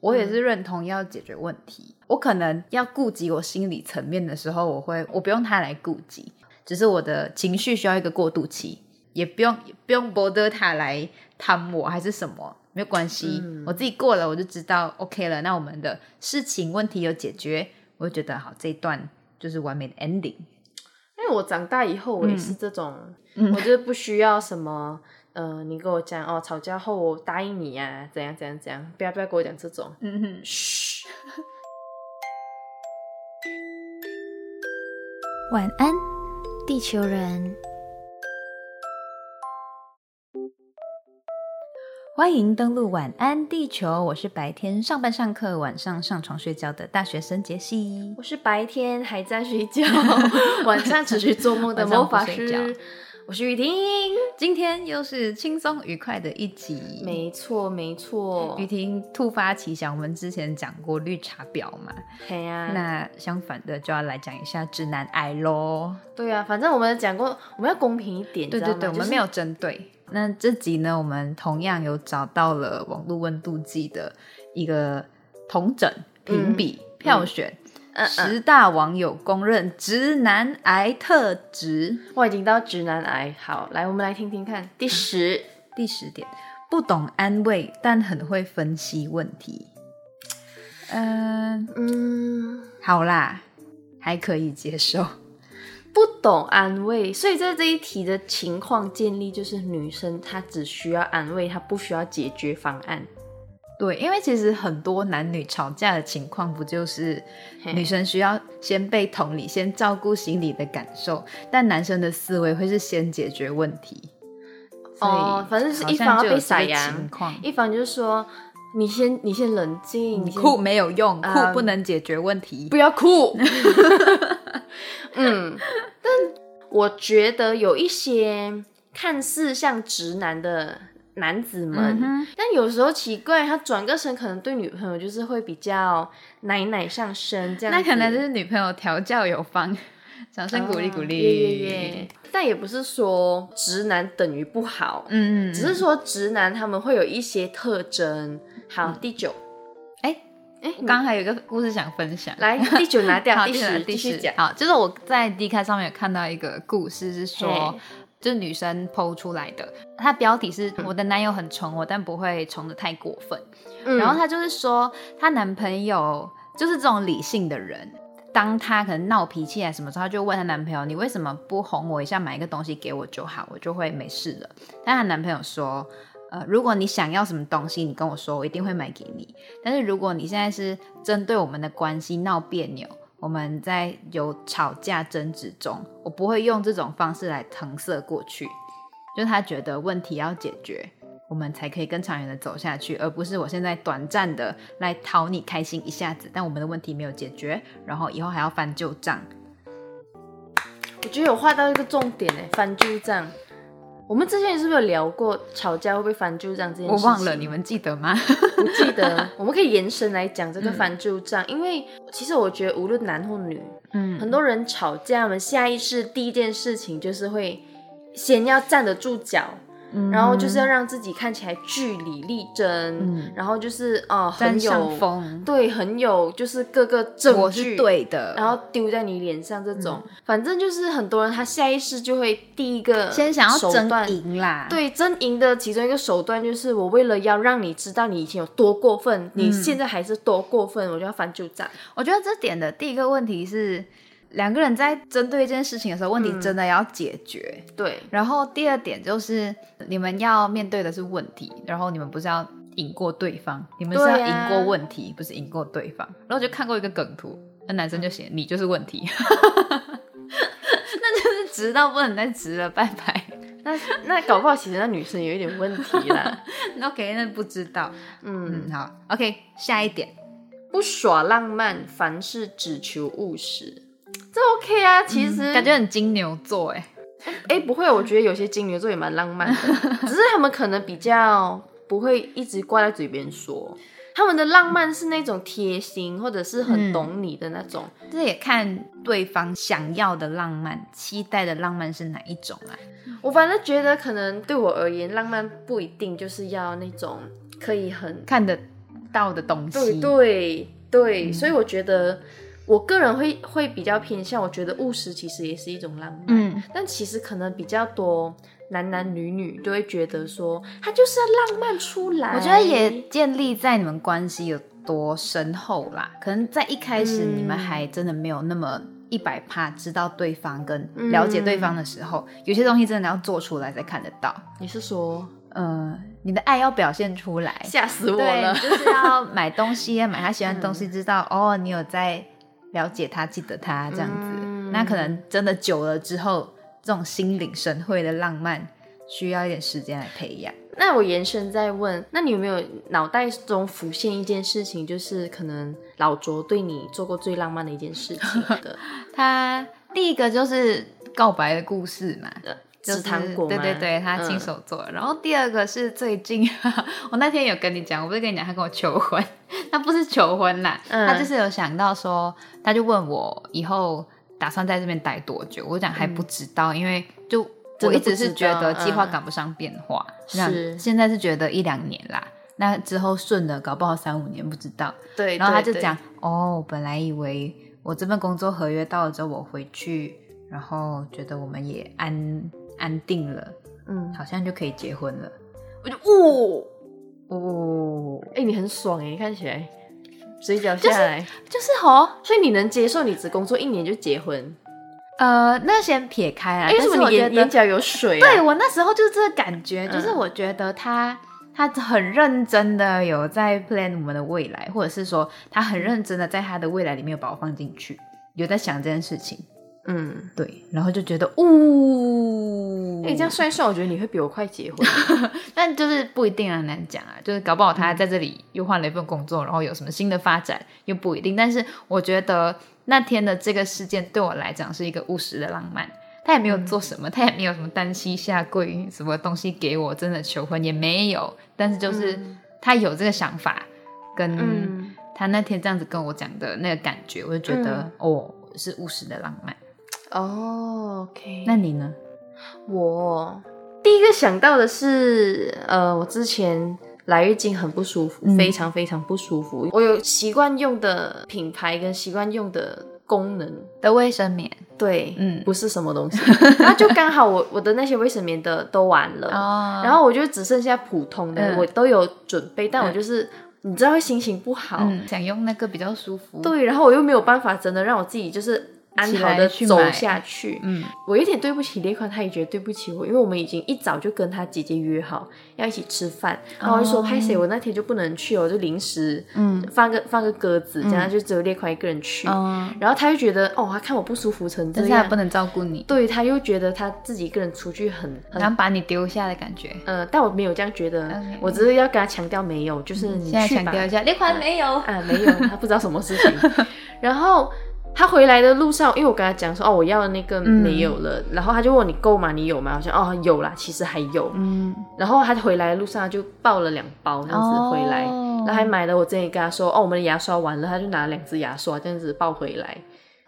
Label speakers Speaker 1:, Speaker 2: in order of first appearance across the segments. Speaker 1: 我也是认同要解决问题。我可能要顾及我心理层面的时候，我会我不用他来顾及，只是我的情绪需要一个过渡期，也不用也不用博得他来贪我还是什么，没有关系，我自己过了我就知道 OK 了。那我们的事情问题有解决，我就觉得好这一段就是完美的 ending。
Speaker 2: 因为我长大以后，我也
Speaker 1: 嗯
Speaker 2: 是这种，我就是不需要什么，呃，你跟我讲哦，吵架后我答应你啊，怎样怎样怎样，不要不要跟我讲这种。
Speaker 1: 嗯哼。
Speaker 2: 嘘，
Speaker 3: 晚安，地球人。
Speaker 1: 欢迎登录晚安地球，我是白天上班上课，晚上上床睡觉的大学生杰西。
Speaker 2: 我是白天还在睡觉， 晚上持续做梦的
Speaker 1: 晚上
Speaker 2: 魔
Speaker 1: 不
Speaker 2: 法
Speaker 1: 睡觉
Speaker 2: 师，我是雨婷。
Speaker 1: 今天又是轻松愉快的一集。
Speaker 2: 没错，没错
Speaker 1: 雨，婷突发奇想，我们之前讲过绿茶婊嘛，
Speaker 2: 嘿呀、
Speaker 1: 那相反的就要来讲一下直男癌喽。
Speaker 2: 对啊，反正我们讲过，我们要公平一点，
Speaker 1: 对
Speaker 2: 你知
Speaker 1: 对
Speaker 2: 道吗
Speaker 1: 对，我
Speaker 2: 就
Speaker 1: 们
Speaker 2: 是
Speaker 1: 没有针对。那这集呢，我们同样有找到了网络温度计的一个同整评比、票选、
Speaker 2: 嗯嗯，
Speaker 1: 十大网友公认直男癌特质。
Speaker 2: 我已经到直男癌，好，来，我们来听听看第十。
Speaker 1: 第十点，不懂安慰，但很会分析问题。嗯、
Speaker 2: 嗯，
Speaker 1: 好啦，还可以接受。
Speaker 2: 不懂安慰，所以在这一题的情况建立就是女生她只需要安慰，她不需要解决方案。
Speaker 1: 对，因为其实很多男女吵架的情况，不就是
Speaker 2: 嘿
Speaker 1: 女生需要先被同理，先照顾心理的感受，但男生的思维会是先解决问题。所以
Speaker 2: 哦反正是
Speaker 1: 好
Speaker 2: 一
Speaker 1: 像
Speaker 2: 方要
Speaker 1: 就有
Speaker 2: 被
Speaker 1: 这
Speaker 2: 撒
Speaker 1: 个
Speaker 2: 羊
Speaker 1: 情况，
Speaker 2: 一方就是说，你先你先冷静，你先
Speaker 1: 哭没有用，哭
Speaker 2: 嗯
Speaker 1: 不能解决问题。
Speaker 2: 不要哭。 嗯，但我觉得有一些看似像直男的男子们，
Speaker 1: 嗯哼
Speaker 2: 但有时候奇怪，他转个身可能对女朋友就是会比较奶奶上身这样子。
Speaker 1: 那可能是女朋友调教有方， 掌声鼓励鼓励。
Speaker 2: 啊耶耶耶！但也不是说直男等于不好，
Speaker 1: 嗯，嗯
Speaker 2: 只是说直男他们会有一些特征。好，第九，
Speaker 1: 哎，
Speaker 2: 哎，
Speaker 1: 我刚刚还有一个故事想分享。
Speaker 2: 来第九拿 掉，
Speaker 1: 好，
Speaker 2: 第
Speaker 1: 继续来
Speaker 2: 十
Speaker 1: 第
Speaker 2: 继续
Speaker 1: 十
Speaker 2: 讲。
Speaker 1: 好，就是我在 D 开上面有看到一个故事，是说
Speaker 2: 嘿
Speaker 1: 就是女生剖出来的，她标题是“我的男友很宠我，但不会宠的太过分”
Speaker 2: 嗯
Speaker 1: 然后她就是说，她男朋友就是这种理性的人。当她可能闹脾气啊什么时候，她就问她男朋友：“你为什么不哄我一下，买一个东西给我就好，我就会没事了。”但她男朋友说：“呃，如果你想要什么东西，你跟我说，我一定会买给你。但是如果你现在是针对我们的关系闹别扭，我们在有吵架争执中，我不会用这种方式来搪塞过去。就是他觉得问题要解决，我们才可以更长远的走下去，而不是我现在短暂的来讨你开心一下子，但我们的问题没有解决，然后以后还要翻旧账。
Speaker 2: 我觉得有画到一个重点诶，翻旧账。我们之前是不是有聊过吵架会不会翻旧账这件事
Speaker 1: 我
Speaker 2: 情？
Speaker 1: 忘了，你们记得 吗？
Speaker 2: 不 记得。我们可以延伸来讲这个翻旧账，因为其实我觉得无论男或女，
Speaker 1: 嗯，
Speaker 2: 很多人吵架，我们下意识第一件事情就是会先要站得住脚，然后就是要让自己看起来据理力争，
Speaker 1: 嗯
Speaker 2: 然后就是哦、呃
Speaker 1: 占
Speaker 2: 很
Speaker 1: 上
Speaker 2: 有
Speaker 1: 风，
Speaker 2: 对很有就是各个证据，
Speaker 1: 我是对的。嗯
Speaker 2: 然后丢在你脸上这种，反正就是很多人他下意识就会第一个
Speaker 1: 先想要
Speaker 2: 手
Speaker 1: 争
Speaker 2: 段。
Speaker 1: 赢啊啦，
Speaker 2: 对争赢的其中一个手段就是，我为了要让你知道你以前有多过分，
Speaker 1: 嗯
Speaker 2: 你现在还是多过分，我就要翻旧账。
Speaker 1: 我觉得这点的第一个问题是，两个人在针对一件事情的时候，问
Speaker 2: 嗯
Speaker 1: 题真的要解决。
Speaker 2: 对，
Speaker 1: 然后第二点就是，你们要面对的是问题，然后你们不是要赢过对方，你们是要
Speaker 2: 对啊
Speaker 1: 赢过问题，不是赢过对方。然后我就看过一个梗图，那男生就写你就是问题， 那就是直到不能再直了，拜拜。
Speaker 2: 那那搞不好其实那女生有一点问题 啦。
Speaker 1: OK，那不知道，
Speaker 2: 嗯，
Speaker 1: 嗯，好，OK，下一点，
Speaker 2: 不耍浪漫，凡事只求务实，这 OK 啊。其实、
Speaker 1: 嗯感觉很金牛座哎，
Speaker 2: 哎、不会，我觉得有些金牛座也蛮浪漫 的，只是他们可能比较不会一直挂在嘴边说。他们的浪漫是那种贴心，或者是很懂你的那种。
Speaker 1: 这也看对方想要的浪漫、期待的浪漫是哪一种啊？
Speaker 2: 我反正觉得，可能对我而言，浪漫不一定就是要那种可以很
Speaker 1: 看得到的东
Speaker 2: 对
Speaker 1: 西。
Speaker 2: 对对，
Speaker 1: 嗯
Speaker 2: 所以我觉得我个人会会比较偏向，我觉得务实其实也是一种浪漫。
Speaker 1: 嗯，
Speaker 2: 但其实可能比较多男男女女都会觉得说，他就是要浪漫出来。
Speaker 1: 我觉得也建立在你们关系有多深厚啦。可能在一开始
Speaker 2: 嗯
Speaker 1: 你们还真的没有那么一百趴知道对方跟
Speaker 2: 嗯
Speaker 1: 了解对方的时候，有些东西真的要做出来才看得到。
Speaker 2: 你是说
Speaker 1: 嗯、你的爱要表现出来，
Speaker 2: 吓死我了嗯
Speaker 1: 对，？就是要买东西，啊买他喜欢的东西，知道、哦，你有在了解他，记得他这样子。
Speaker 2: 嗯
Speaker 1: 那可能真的久了之后，这种心领神会的浪漫，需要一点时间来培养。
Speaker 2: 那我延伸再问，那你有没有脑袋中浮现一件事情，就是可能老卓对你做过最浪漫的一件事情的？
Speaker 1: 他第一个就是告白的故事嘛。 就
Speaker 2: 吃
Speaker 1: 是
Speaker 2: 呃糖果吗嗯
Speaker 1: 对对对，他亲手做的。然后第二个是最近， 我那天有跟你讲，我不是跟你讲他跟我求婚，他不是求婚啦，
Speaker 2: 嗯
Speaker 1: 他就是有想到说，他就问我以后打算在这边待多久，我讲还不知道，因为就
Speaker 2: 嗯真
Speaker 1: 我
Speaker 2: 的
Speaker 1: 一
Speaker 2: 不知道
Speaker 1: 直是觉得计划
Speaker 2: 嗯
Speaker 1: 赶不上变化，
Speaker 2: 是
Speaker 1: 那现在是觉得一两年啦，那之后顺了，搞不好三五年不知道。
Speaker 2: 对，
Speaker 1: 然后他
Speaker 2: 对
Speaker 1: 就讲，，哦，本来以为我这份工作合约到了之后我回去，然后觉得我们也安安定了，
Speaker 2: 对嗯，
Speaker 1: 好像就可以结婚了。
Speaker 2: 我就哦，
Speaker 1: 哦，
Speaker 2: 哎、你很爽哎，看起来嘴角下来，
Speaker 1: 就是哦，
Speaker 2: 所以你能接受你只工作一年就结婚？
Speaker 1: 呃，那先撇开啊，
Speaker 2: 哎、为什
Speaker 1: 但是
Speaker 2: 么
Speaker 1: 我
Speaker 2: 你
Speaker 1: 觉
Speaker 2: 眼
Speaker 1: 得
Speaker 2: 眼，角有水、啊？
Speaker 1: 对我那时候就是这个感觉，就是
Speaker 2: 嗯
Speaker 1: 我觉得他。他很认真的有在 plan 我们的未来，或者是说他很认真的在他的未来里面有把我放进去，有在想这件事情，
Speaker 2: 嗯，
Speaker 1: 对，然后就觉得，哦呜、
Speaker 2: 哎、这样算一算，我觉得你会比我快结婚。
Speaker 1: 但就是不一定啊，很难讲啊，就是搞不好他在这里又换了一份工作，然后有什么新的发展又不一定。但是我觉得那天的这个事件对我来讲是一个务实的浪漫，他也没有做什么， 他也没有什么单膝下跪什么东西给我，真的求婚也没有，但是就是
Speaker 2: 嗯
Speaker 1: 他有这个想法，跟
Speaker 2: 嗯，
Speaker 1: 他那天这样子跟我讲的那个感觉，我就觉得、哦是务实的浪漫。
Speaker 2: 嗯哦，OK，
Speaker 1: 那你呢？
Speaker 2: 我第一个想到的是，呃，我之前来月经很不舒服，
Speaker 1: 嗯
Speaker 2: 非常非常不舒服。我有习惯用的品牌跟习惯用的功能，
Speaker 1: 的卫生棉
Speaker 2: 对，
Speaker 1: 嗯
Speaker 2: 不是什么东 西。那就刚好我我的那些卫生棉的都完了，
Speaker 1: 哦
Speaker 2: 然后我就只剩下普通的，
Speaker 1: 嗯
Speaker 2: 我都有准备，但我
Speaker 1: 嗯
Speaker 2: 就是、你知道会心情不好，
Speaker 1: 嗯，想用那个比较舒服。，
Speaker 2: 对，然后我又没有办法真的让我自己就是。安
Speaker 1: 起
Speaker 2: 好
Speaker 1: 来
Speaker 2: 的
Speaker 1: 去
Speaker 2: 走
Speaker 1: 买
Speaker 2: 下去，
Speaker 1: 嗯，
Speaker 2: 我有点对不起那款，他也觉得对不起我，因为我们已经一早就跟他姐姐约好要一起吃饭，然后我就说
Speaker 1: 哦
Speaker 2: 拍谁，我那天就不能去哦，我就临时
Speaker 1: 嗯
Speaker 2: 放个放个鸽子，这样
Speaker 1: 嗯
Speaker 2: 就只有那款一个人去，
Speaker 1: 嗯，
Speaker 2: 然后他就觉得哦，他看我不舒服成这
Speaker 1: 但是他
Speaker 2: 样
Speaker 1: 不，能照顾你，
Speaker 2: 对，他又觉得他自己一个人出去很很
Speaker 1: 然后把你丢下的感觉。
Speaker 2: 呃，但我没有这样觉得
Speaker 1: OK，嗯
Speaker 2: 我只是要跟他强调没有，就是你
Speaker 1: 现在
Speaker 2: 去
Speaker 1: 强
Speaker 2: 吧
Speaker 1: 调一下，那款没有。
Speaker 2: 啊，没有，他不知道什么事情。然后他回来的路上，因为我跟他讲说，哦，我要的那个
Speaker 1: 嗯
Speaker 2: 没有了，然后他就问我你够吗？你有吗？我说哦，有啦，其实还有。
Speaker 1: 嗯，
Speaker 2: 然后他回来的路上他就抱了两包这样子回来，
Speaker 1: 哦
Speaker 2: 然后还买了我之前跟他说，哦，我们的牙刷完了，他就拿了两支牙刷这样子抱回来，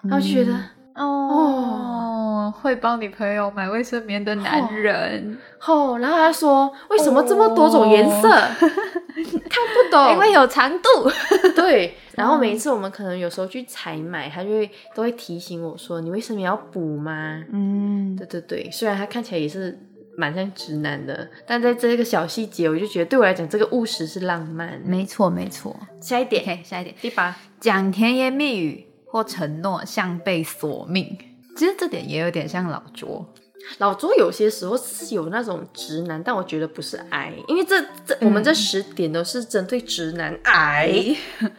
Speaker 2: 然后我就觉得。
Speaker 1: 嗯哦，会帮你朋友买卫生棉的男人，
Speaker 2: 哦，然后他说为什么这么多种颜色，
Speaker 1: 哦
Speaker 2: 看不 懂，
Speaker 1: 因为有长度。
Speaker 2: 对，然后
Speaker 1: 嗯
Speaker 2: 每一次我们可能有时候去采买，他就会都会提醒我说：“你为什么要补吗？”
Speaker 1: 嗯，
Speaker 2: 对对对，虽然他看起来也是蛮像直男的，但在这个小细节，我就觉得对我来讲，这个务实是浪漫。
Speaker 1: 没错没错。
Speaker 2: 下一点，
Speaker 1: OK，下一点，
Speaker 2: 第八，
Speaker 1: 讲甜言蜜语或承诺像被索命，其实这点也有点像老卓。
Speaker 2: 老周有些时候是有那种直男，但我觉得不是癌，因为这这我们
Speaker 1: 嗯
Speaker 2: 这十点都是针对直男啊癌，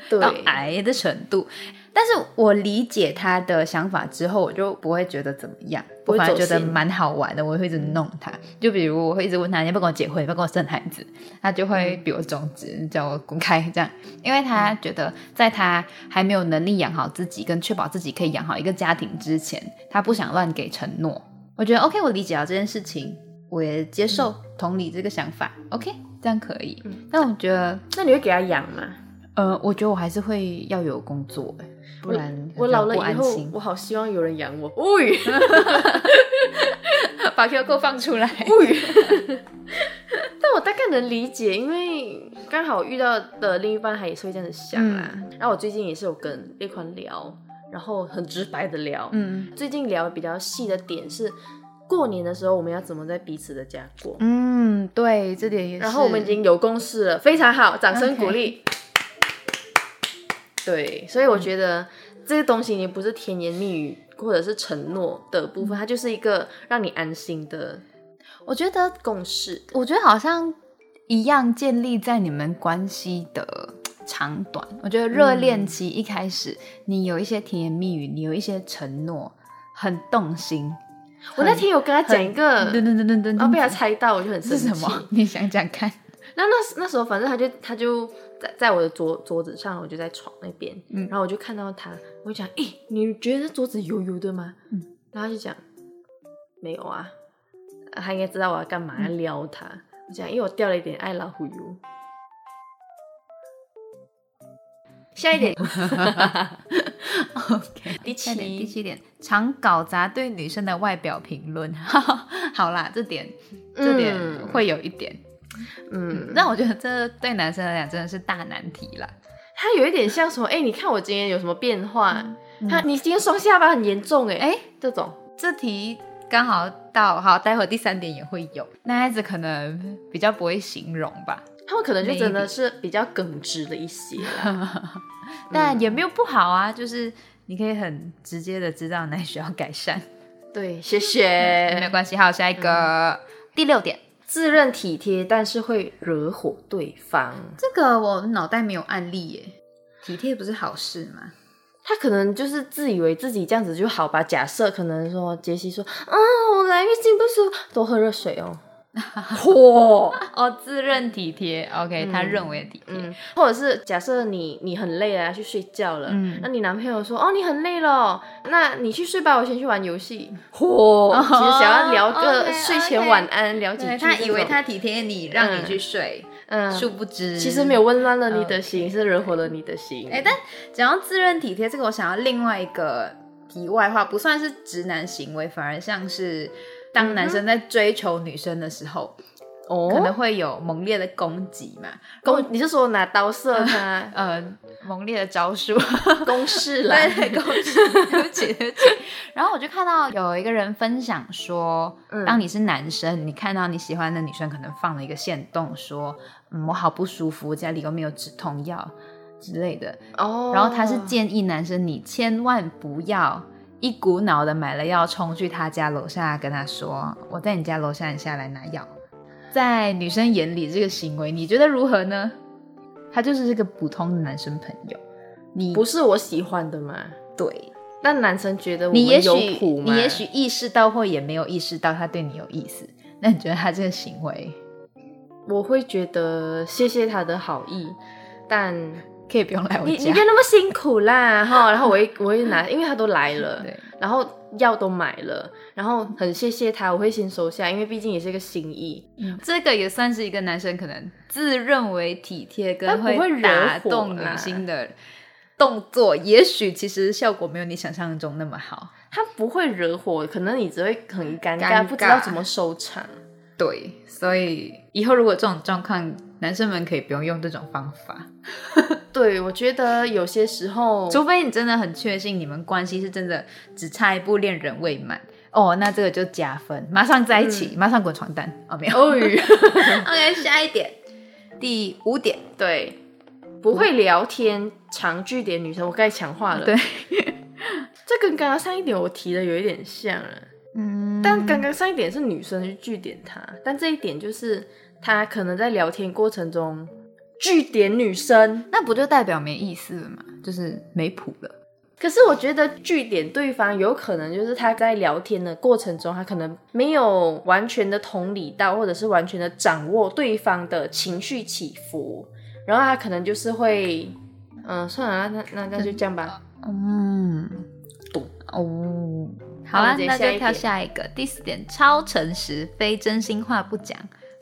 Speaker 2: 对
Speaker 1: 到癌的程度。但是我理解他的想法之后，我就不会觉得怎么样，
Speaker 2: 不
Speaker 1: 我
Speaker 2: 会
Speaker 1: 反而
Speaker 2: 走
Speaker 1: 觉得
Speaker 2: 心
Speaker 1: 蛮好玩的，我会一直弄他。就比如我会一直问他，你要不要跟我结婚，你要不要跟我生孩子，他就
Speaker 2: 嗯
Speaker 1: 会比我中指，叫我滚开这样，因为他觉得在他还没有能力养好自己，跟确保自己可以养好一个家庭之前，他不想乱给承诺。我觉得 OK，我理解到这件事情，我也接受、同理这个想法，OK，这样可以。
Speaker 2: 嗯
Speaker 1: 但我觉得。
Speaker 2: 那你会给他养吗？
Speaker 1: 呃，我觉得我还是会要有工作、欸，不然
Speaker 2: 我
Speaker 1: 很
Speaker 2: 老了
Speaker 1: 不
Speaker 2: 以
Speaker 1: 安
Speaker 2: 后
Speaker 1: 心，。
Speaker 2: 我好希望有人养我。 喂，
Speaker 1: 把 Q 扣放出来。
Speaker 2: 喂，但我大概在能理解，因为刚好遇到的另一半他也是会这样子想啦。
Speaker 1: 嗯
Speaker 2: 然后我最近也是有跟那款聊，然后很直白的聊，
Speaker 1: 嗯
Speaker 2: 最近聊比较细的点是，过年的时候我们要怎么在彼此的家过。
Speaker 1: 嗯，对，这点也是。
Speaker 2: 然后我们已经有共识了，非常好，掌声鼓励。对，所以我觉
Speaker 1: 嗯
Speaker 2: 得这个东西也不是甜言蜜语或者是承诺的部
Speaker 1: 嗯
Speaker 2: 分，它就是一个让你安心的
Speaker 1: 我觉得
Speaker 2: 共识。
Speaker 1: 我觉得好像一样建立在你们关系的长短。我觉得热
Speaker 2: 嗯
Speaker 1: 恋期一开始，你有一些甜言蜜语，你有一些承诺，很动心。
Speaker 2: 我那天有跟他讲一个，
Speaker 1: 噔噔噔噔噔，
Speaker 2: 然后哦被他猜到，我就很生
Speaker 1: 是
Speaker 2: 气。
Speaker 1: 什么？ 你想想看。
Speaker 2: 那那时那时候，反正他就他就在在我的桌桌子上，我就在床那边，
Speaker 1: 嗯
Speaker 2: 然后我就看到他，我就讲，哎、你觉得这桌子油油的吗？
Speaker 1: 嗯
Speaker 2: 然后他就讲，没有啊，他应该知道我要干
Speaker 1: 嗯
Speaker 2: 嘛，要撩他。我讲，因为我掉了一点爱老虎油。下一点，
Speaker 1: OK，
Speaker 2: 第
Speaker 1: 下一点
Speaker 2: 七
Speaker 1: 第七点，常搞砸对女生的外表评论。 好啦，这点这点
Speaker 2: 嗯
Speaker 1: 会有一点，
Speaker 2: 嗯，
Speaker 1: 但我觉得这对男生来讲真的是大难题啦。
Speaker 2: 他有一点像什么？哎、你看我今天有什么变化？
Speaker 1: 嗯
Speaker 2: 他你今天双下巴很严重、哎、
Speaker 1: 哎、
Speaker 2: 这种。
Speaker 1: 这题刚好到，好，待会儿第三点也会有。男孩子可能比较不会形容吧，
Speaker 2: 他们可能就真的是比较耿直了一些啦，
Speaker 1: 但也没有不好啊，就是你可以很直接的知道哪里需要改 善，
Speaker 2: 对，谢谢。
Speaker 1: 嗯没有关系。还有下一个、嗯第六点，
Speaker 2: 自认体贴，但是会惹火对方。
Speaker 1: 这个我脑袋没有案例耶。体贴不是好事吗？
Speaker 2: 他可能就是自以为自己这样子就好吧。假设可能说杰西说，啊，我来月经不舒服，多喝热水 哦。嚯，
Speaker 1: 哦，自认体贴，OK，、他认为体贴，
Speaker 2: 嗯，或者是假设你你很累啊了，要去睡觉了，
Speaker 1: 嗯
Speaker 2: 那你男朋友说，哦，你很累了，那你去睡吧，我先去玩游戏。嚯，
Speaker 1: 哦
Speaker 2: 其实想要聊个
Speaker 1: OK，OK
Speaker 2: 睡前晚安，聊几
Speaker 1: 哦对
Speaker 2: 句。
Speaker 1: 他以为，他体贴你，让你
Speaker 2: 嗯
Speaker 1: 去睡，
Speaker 2: 嗯，
Speaker 1: 殊不知
Speaker 2: 其实没有温乱了你的心，是惹火了你的心。
Speaker 1: 哎、但讲到自认体贴这个，我想要另外一个题外话，不算是直男行为，反而像是当男生在追求女生的时候，
Speaker 2: 嗯哦，
Speaker 1: 可能会有猛烈的攻击嘛，
Speaker 2: 公，你是说拿刀射他
Speaker 1: 呃，猛烈的招数，
Speaker 2: 公式啦？
Speaker 1: 对，对攻击，对不起，对不起。然后我就看到有一个人分享说，
Speaker 2: 嗯
Speaker 1: 当你是男生，你看到你喜欢的女生可能放了一个线动，说，嗯，我好不舒服，家里有没有止痛药之类的，
Speaker 2: 哦，
Speaker 1: 然后他是建议男生你千万不要一股脑的买了药冲去他家楼下跟他说：“我在你家楼下，你下来拿药。”在女生眼里，这个行为你觉得如何呢？他就是这个普通的男生朋友，你
Speaker 2: 不是我喜欢的嘛？
Speaker 1: 对，
Speaker 2: 但男生觉得我
Speaker 1: 你也
Speaker 2: 们
Speaker 1: 许
Speaker 2: 有谱嘛？
Speaker 1: 你也许意识到或也没有意识到他对你有意思，那你觉得他这个行为
Speaker 2: 我会觉得谢谢他的好意，但
Speaker 1: 可以不用来我
Speaker 2: 你你
Speaker 1: 家
Speaker 2: 别？那么辛 苦啦哈。然后我会我会拿，因为他都来了，
Speaker 1: 对，
Speaker 2: 然后药都买了，然后很谢谢他，我会先收下，因为毕竟也是一个心意。
Speaker 1: 这个也算是一个男生可能自认为体贴跟
Speaker 2: 但不会惹
Speaker 1: 打
Speaker 2: 火
Speaker 1: 动女
Speaker 2: 啦
Speaker 1: 性的动作，也许其实效果没有你想象中那么好。
Speaker 2: 他不会惹火，可能你只会很尴
Speaker 1: 尴尬
Speaker 2: 不知道怎么收场。
Speaker 1: 对，所以以后如果这种状况，男生们可以不用用这种方法，
Speaker 2: 对，我觉得有些时候，
Speaker 1: 除非你真的很确信你们关系是真的只差一步恋人未满。哦，那这个就加分，马上在一起，马上滚床单嗯哦，没 有。
Speaker 2: 哦语，
Speaker 1: OK，下一点，第五点，
Speaker 2: 对，不会聊天、长句点女生，我该强化了。
Speaker 1: 对，
Speaker 2: 这跟刚刚上一点我提的有一点像了，
Speaker 1: 嗯，
Speaker 2: 但刚刚上一点是女生去据点他，但这一点就是他可能在聊天过程中据点女生。
Speaker 1: 那不就代表没意思了吗？就是没谱了。
Speaker 2: 可是我觉得据点对方有可能就是他在聊天的过程中，他可能没有完全的同理到，或者是完全的掌握对方的情绪起伏，然后他可能就是会，嗯、算了，那那那就这样吧。
Speaker 1: 哦嗯，
Speaker 2: 懂
Speaker 1: 哦。好
Speaker 2: 好
Speaker 1: 了
Speaker 2: 我，们
Speaker 1: 那
Speaker 2: 直接
Speaker 1: 就跳下一个。第四点，超诚实，非真心话不讲。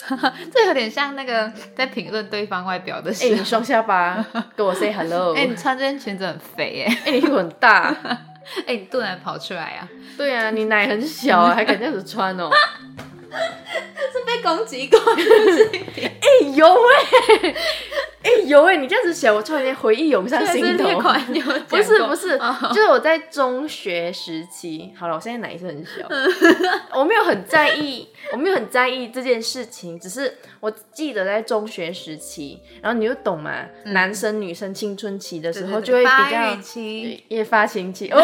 Speaker 1: 这有点像那个在评论对方外表的
Speaker 2: 哎、
Speaker 1: 时
Speaker 2: 你
Speaker 1: 候。
Speaker 2: 双下巴，跟我 say hello。
Speaker 1: 啊 哎、你穿这件裙子很肥 哎、
Speaker 2: 哎你屁股很大。
Speaker 1: 哎、你肚腩跑出来啊！
Speaker 2: 对啊，你奶很小啊，还敢这样子穿哦？
Speaker 1: 是被攻击过，
Speaker 2: 哎有哎、
Speaker 1: 欸
Speaker 2: 哎、有哎、你这样子想，我突然间回忆涌上
Speaker 1: 是
Speaker 2: 心
Speaker 1: 虐
Speaker 2: 头。
Speaker 1: 款有讲过
Speaker 2: 不是不是，
Speaker 1: 哦
Speaker 2: 就是我在中学时期，好了，我现在奶是 很小，我没有很在意，我没有很在意这件事情，只是我记得在中学时期，然后你就懂嘛，
Speaker 1: 嗯
Speaker 2: 男生女生青春期的时候就会比
Speaker 1: 发
Speaker 2: 较
Speaker 1: 育期，
Speaker 2: 对夜发情 期，哦、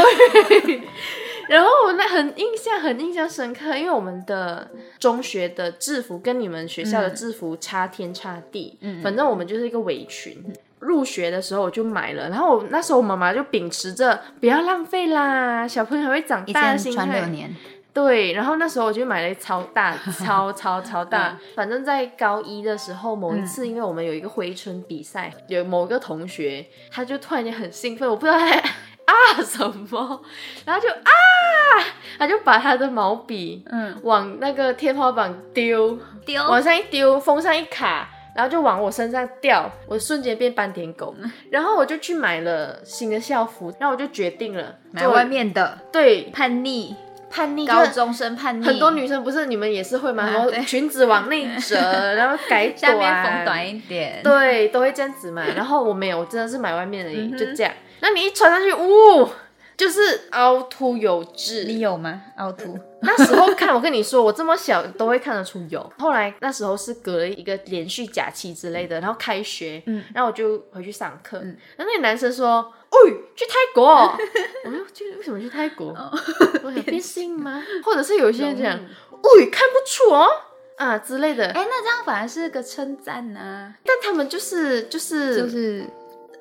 Speaker 2: 然后我那很印象很印象深刻，因为我们的中学的制服跟你们学校的制服差天差地，嗯，反正我们就是一个围裙。入学的时候我就买了，然后我那时候我妈妈就秉持着不要浪费啦，小朋友还会长
Speaker 1: 一
Speaker 2: 大的
Speaker 1: 件
Speaker 2: 心
Speaker 1: 穿六
Speaker 2: 态，
Speaker 1: 年，
Speaker 2: 对，然后那时候我就买了超 大、超超超
Speaker 1: 嗯
Speaker 2: 大。反正，在高一的时候，某一次，因为我们有一个挥春比赛，有某个同学，他就突然间很兴奋，我不知道他 在啊什么，然后就啊，他就把他的毛笔
Speaker 1: 嗯，
Speaker 2: 往那个天花板丢，
Speaker 1: 丢
Speaker 2: 往上一丢，风上一卡。然后就往我身上掉，我瞬间变斑点狗。
Speaker 1: 嗯
Speaker 2: 然后我就去买了新的校服，然后我就决定了，
Speaker 1: 买
Speaker 2: 就
Speaker 1: 外面的
Speaker 2: 对
Speaker 1: 叛逆，
Speaker 2: 叛逆，
Speaker 1: 高中生叛逆，
Speaker 2: 很多女生不是你们也是会吗？
Speaker 1: 嗯啊
Speaker 2: 然后
Speaker 1: 对
Speaker 2: 裙子往内折， 然后改
Speaker 1: 下
Speaker 2: 短，
Speaker 1: 面缝短一点，
Speaker 2: 对，都会这 样子嘛。然后我没有，我真的是买外面而已，就
Speaker 1: 嗯
Speaker 2: 这样。那你一穿上去，呜、就是凹凸有
Speaker 1: 你
Speaker 2: 致。
Speaker 1: 有吗？凹凸，
Speaker 2: 那时候看，我跟你说，我这么小都会看得出 有。后来那时候是隔了一个连续假期之类的，然后开学，
Speaker 1: 嗯
Speaker 2: 然后我就回去上课。
Speaker 1: 嗯
Speaker 2: 然后那个男生说：“喂、去泰国 哦、我就去为什么去泰国？
Speaker 1: 哦
Speaker 2: 我想变性吗？ 或者是有一些人讲，
Speaker 1: 容
Speaker 2: 喂、看不出哦啊之类的。
Speaker 1: 啊哎，那这样反而是个称赞呐，
Speaker 2: 但他们就是就是
Speaker 1: 就是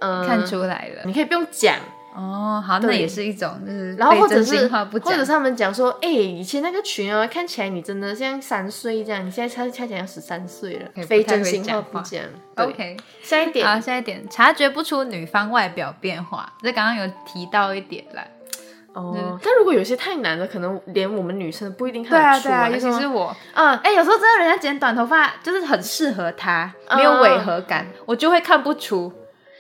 Speaker 2: 呃，
Speaker 1: 看出来了。
Speaker 2: 你可以不用讲，
Speaker 1: 哦，好，那
Speaker 2: 对
Speaker 1: 也是一种，就是
Speaker 2: 然后
Speaker 1: 对
Speaker 2: 或者
Speaker 1: 真
Speaker 2: 是
Speaker 1: 心话不
Speaker 2: 或
Speaker 1: 讲
Speaker 2: 者是，他们讲说，哎、以前那个群哦，看起来你真的像三岁这样，你现在才才讲十三岁了
Speaker 1: OK，，
Speaker 2: 非
Speaker 1: 不太
Speaker 2: 真
Speaker 1: 会
Speaker 2: 心话
Speaker 1: 讲
Speaker 2: 不
Speaker 1: 话
Speaker 2: 讲。对
Speaker 1: OK。
Speaker 2: 下一
Speaker 1: 好，
Speaker 2: 点，
Speaker 1: 下一点，察觉不出女方外表变化，这刚刚有提到一点啦。
Speaker 2: 哦，但如果有些太难了，可能连我们女生不一定
Speaker 1: 嗯
Speaker 2: 看
Speaker 1: 对啊，
Speaker 2: 得出
Speaker 1: 对啊，
Speaker 2: 来
Speaker 1: 尤其是
Speaker 2: 吗
Speaker 1: 我，
Speaker 2: 嗯，
Speaker 1: 哎、有时候真的人家剪短头发就是很适合她，没有违和感，我就会看不出。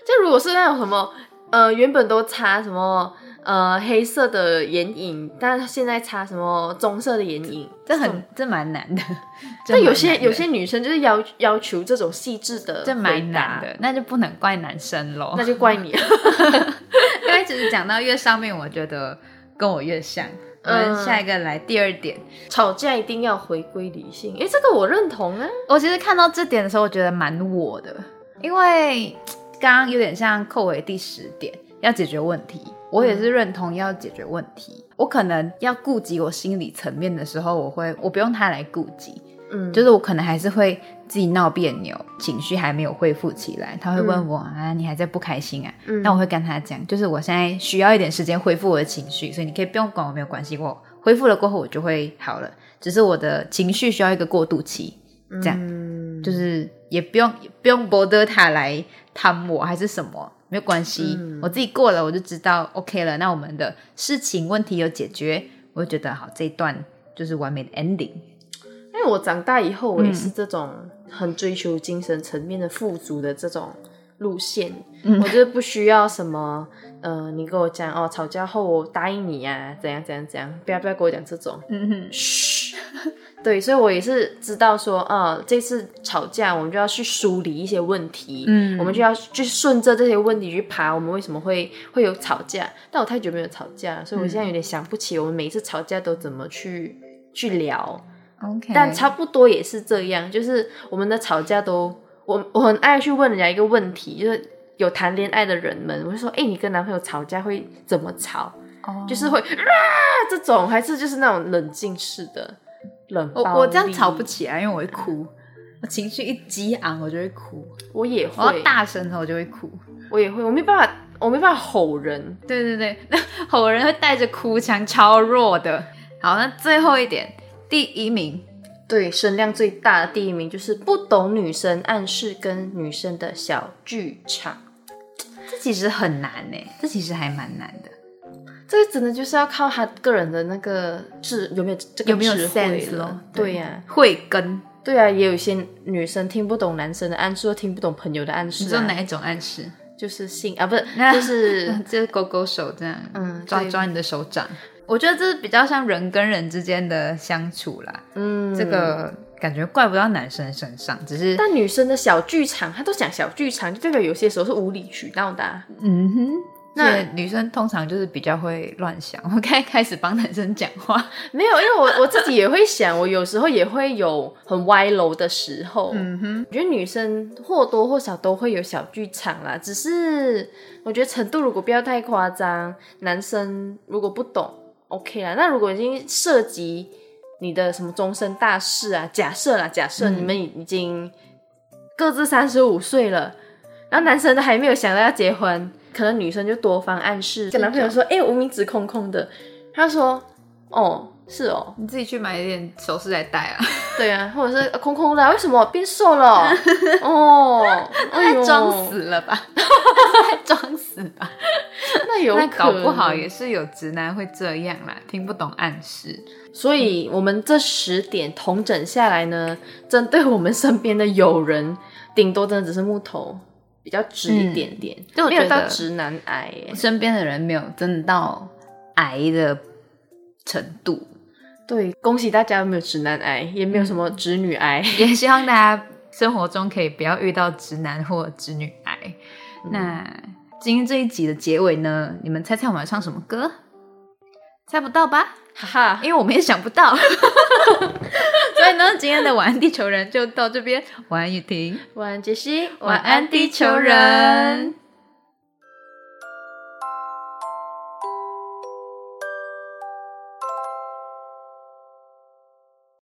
Speaker 2: 就如果是那种什么，呃，原本都擦什么。呃，黑色的眼影，但现在擦什么棕色的眼影，
Speaker 1: 这
Speaker 2: 种
Speaker 1: 很这蛮难的， 这
Speaker 2: 但有
Speaker 1: 蛮
Speaker 2: 些
Speaker 1: 难的
Speaker 2: 有些女生就是要要求这种细致的
Speaker 1: 这蛮
Speaker 2: 回答
Speaker 1: 难，的，哦那就不能怪男生 喽
Speaker 2: 那。就怪 你。
Speaker 1: 因为其实讲到越上面，我觉得跟我越像。我
Speaker 2: 嗯
Speaker 1: 们下一个来第二点，
Speaker 2: 吵架一定要回归理性，哎，这个我认同啊。
Speaker 1: 我其实看到这点的时候，我觉得蛮我的，因为刚刚有点像扣回第十点，要解决问题。我也是认同要解决问题，我可能要顾及我心理层面的时候，我会我不用他来顾及，
Speaker 2: 嗯，
Speaker 1: 就是我可能还是会自己闹别扭，情绪还没有恢复起来，他会问我、啊，你还在不开心啊？
Speaker 2: 嗯
Speaker 1: 那我会跟他讲，就是我现在需要一点时间恢复我的情绪，所以你可以不用管我，没有关系，我恢复了过后我就会好了，只是我的情绪需要一个过渡期。这样
Speaker 2: 嗯
Speaker 1: 就是也不用也不用博得他来贪我还是什么，没有关系，
Speaker 2: 嗯
Speaker 1: 我自己过了我就知道 OK 了。那我们的事情问题有解决，我就觉得好这一段就是完美的 ending。
Speaker 2: 因为我长大以后，我也是这种很追求精神层面的富足的这种路线。
Speaker 1: 嗯
Speaker 2: 我就是不需要什么，呃，你跟我讲哦，吵架后我答应你啊，怎样怎样怎样，不要不要跟我讲这种。
Speaker 1: 嗯哼，
Speaker 2: 嘘，对，所以我也是知道说，啊，这次吵架我们就要去梳理一些问题，
Speaker 1: 嗯
Speaker 2: 我们就要去顺着这些问题去爬，我们为什么会会有吵架？但我太久没有吵架了，
Speaker 1: 嗯
Speaker 2: 所以我现在有点想不起我们每一次吵架都怎么去去聊，
Speaker 1: OK，
Speaker 2: 但差不多也是这样，就是我们的吵架都，我我很爱去问人家一个问题，就是。有谈恋爱的人们，我就说，哎、你跟男朋友吵架会怎么吵？
Speaker 1: 哦
Speaker 2: 就是会啊这种，还是就是那种冷静式的冷
Speaker 1: 我
Speaker 2: 暴力
Speaker 1: 我这样吵不，起来，因为我会哭，我情绪一激昂我就会哭，
Speaker 2: 我也
Speaker 1: 我要
Speaker 2: 会，
Speaker 1: 大声的我就会哭。
Speaker 2: 我也会，我没办法，我没办法吼人。
Speaker 1: 对对对， 那吼人会带着哭腔，超弱的。好，那最后一点，第一名，
Speaker 2: 对，声量最大的第一名就是不懂女生暗示跟女生的小剧场，
Speaker 1: 这其实很难呢，这其实还蛮难的。
Speaker 2: 这个真的就是要靠他个人的那个智有没有这个
Speaker 1: 有没有
Speaker 2: 智慧
Speaker 1: sense 咯
Speaker 2: 了。对呀、
Speaker 1: 慧根，
Speaker 2: 对呀、也有一些女生听不懂男生的暗示，或听不懂朋友的暗
Speaker 1: 你
Speaker 2: 示、
Speaker 1: 知道
Speaker 2: 啊，
Speaker 1: 哪一种暗示？
Speaker 2: 就是性啊，不是，
Speaker 1: 那
Speaker 2: 就是
Speaker 1: 就是勾勾手这样，
Speaker 2: 嗯
Speaker 1: 抓
Speaker 2: 对
Speaker 1: 抓你的手掌。我觉得这是比较像人跟人之间的相处啦，
Speaker 2: 嗯，
Speaker 1: 这个感觉怪不到男生身上，只是
Speaker 2: 但女生的小剧场，她都讲小剧场，就代表有些时候是无理取闹的啊、
Speaker 1: 嗯哼。
Speaker 2: 那
Speaker 1: 那女生通常就是比较会乱想，我刚才开始帮男生讲话，
Speaker 2: 没有，因为我我自己也会想，我有时候也会有很歪楼的时候。
Speaker 1: 嗯哼，
Speaker 2: 我觉得女生或多或少都会有小剧场啦，只是我觉得程度如果不要太夸张，男生如果不懂，OK 啦。那如果已经涉及你的什么终身大事啊，假设啦，假设
Speaker 1: 嗯
Speaker 2: 你们已经各自三十五岁了，然后男生都还没有想到要结婚，可能女生就多方暗示，跟男朋友说：“哎、我名字空空的。”他说：“哦，是哦，
Speaker 1: 你自己去买一点首饰来戴啊，
Speaker 2: 对啊，或者是呃空空的啊、为什么变瘦了？ 哦，哎呦
Speaker 1: 太装，死了吧，太 装死吧，
Speaker 2: 那有
Speaker 1: 那搞
Speaker 2: 可
Speaker 1: 不好
Speaker 2: 能
Speaker 1: 也是有直男会这样啦，听不懂暗示，
Speaker 2: 所以我们这十点统整下来呢，针对我们身边的友人，顶多真的只是木头，比较直一点点，
Speaker 1: 嗯对我
Speaker 2: 没有
Speaker 1: 觉得
Speaker 2: 到直男癌耶、
Speaker 1: 身边的人没有真的到癌的程度，
Speaker 2: 对，恭喜大家没有直男癌，也没有什么直女 癌。
Speaker 1: 也希望大家生活中可以不要遇到直男或直女癌。嗯那今天这一集的结尾呢，你们猜猜我们要唱什么歌？猜不到吧？
Speaker 2: 哈哈，
Speaker 1: 因为我们也想不 到。所以呢，今天的晚安地球人就到这边。晚安雨婷，
Speaker 2: 晚安，杰西，
Speaker 1: 晚安地球人。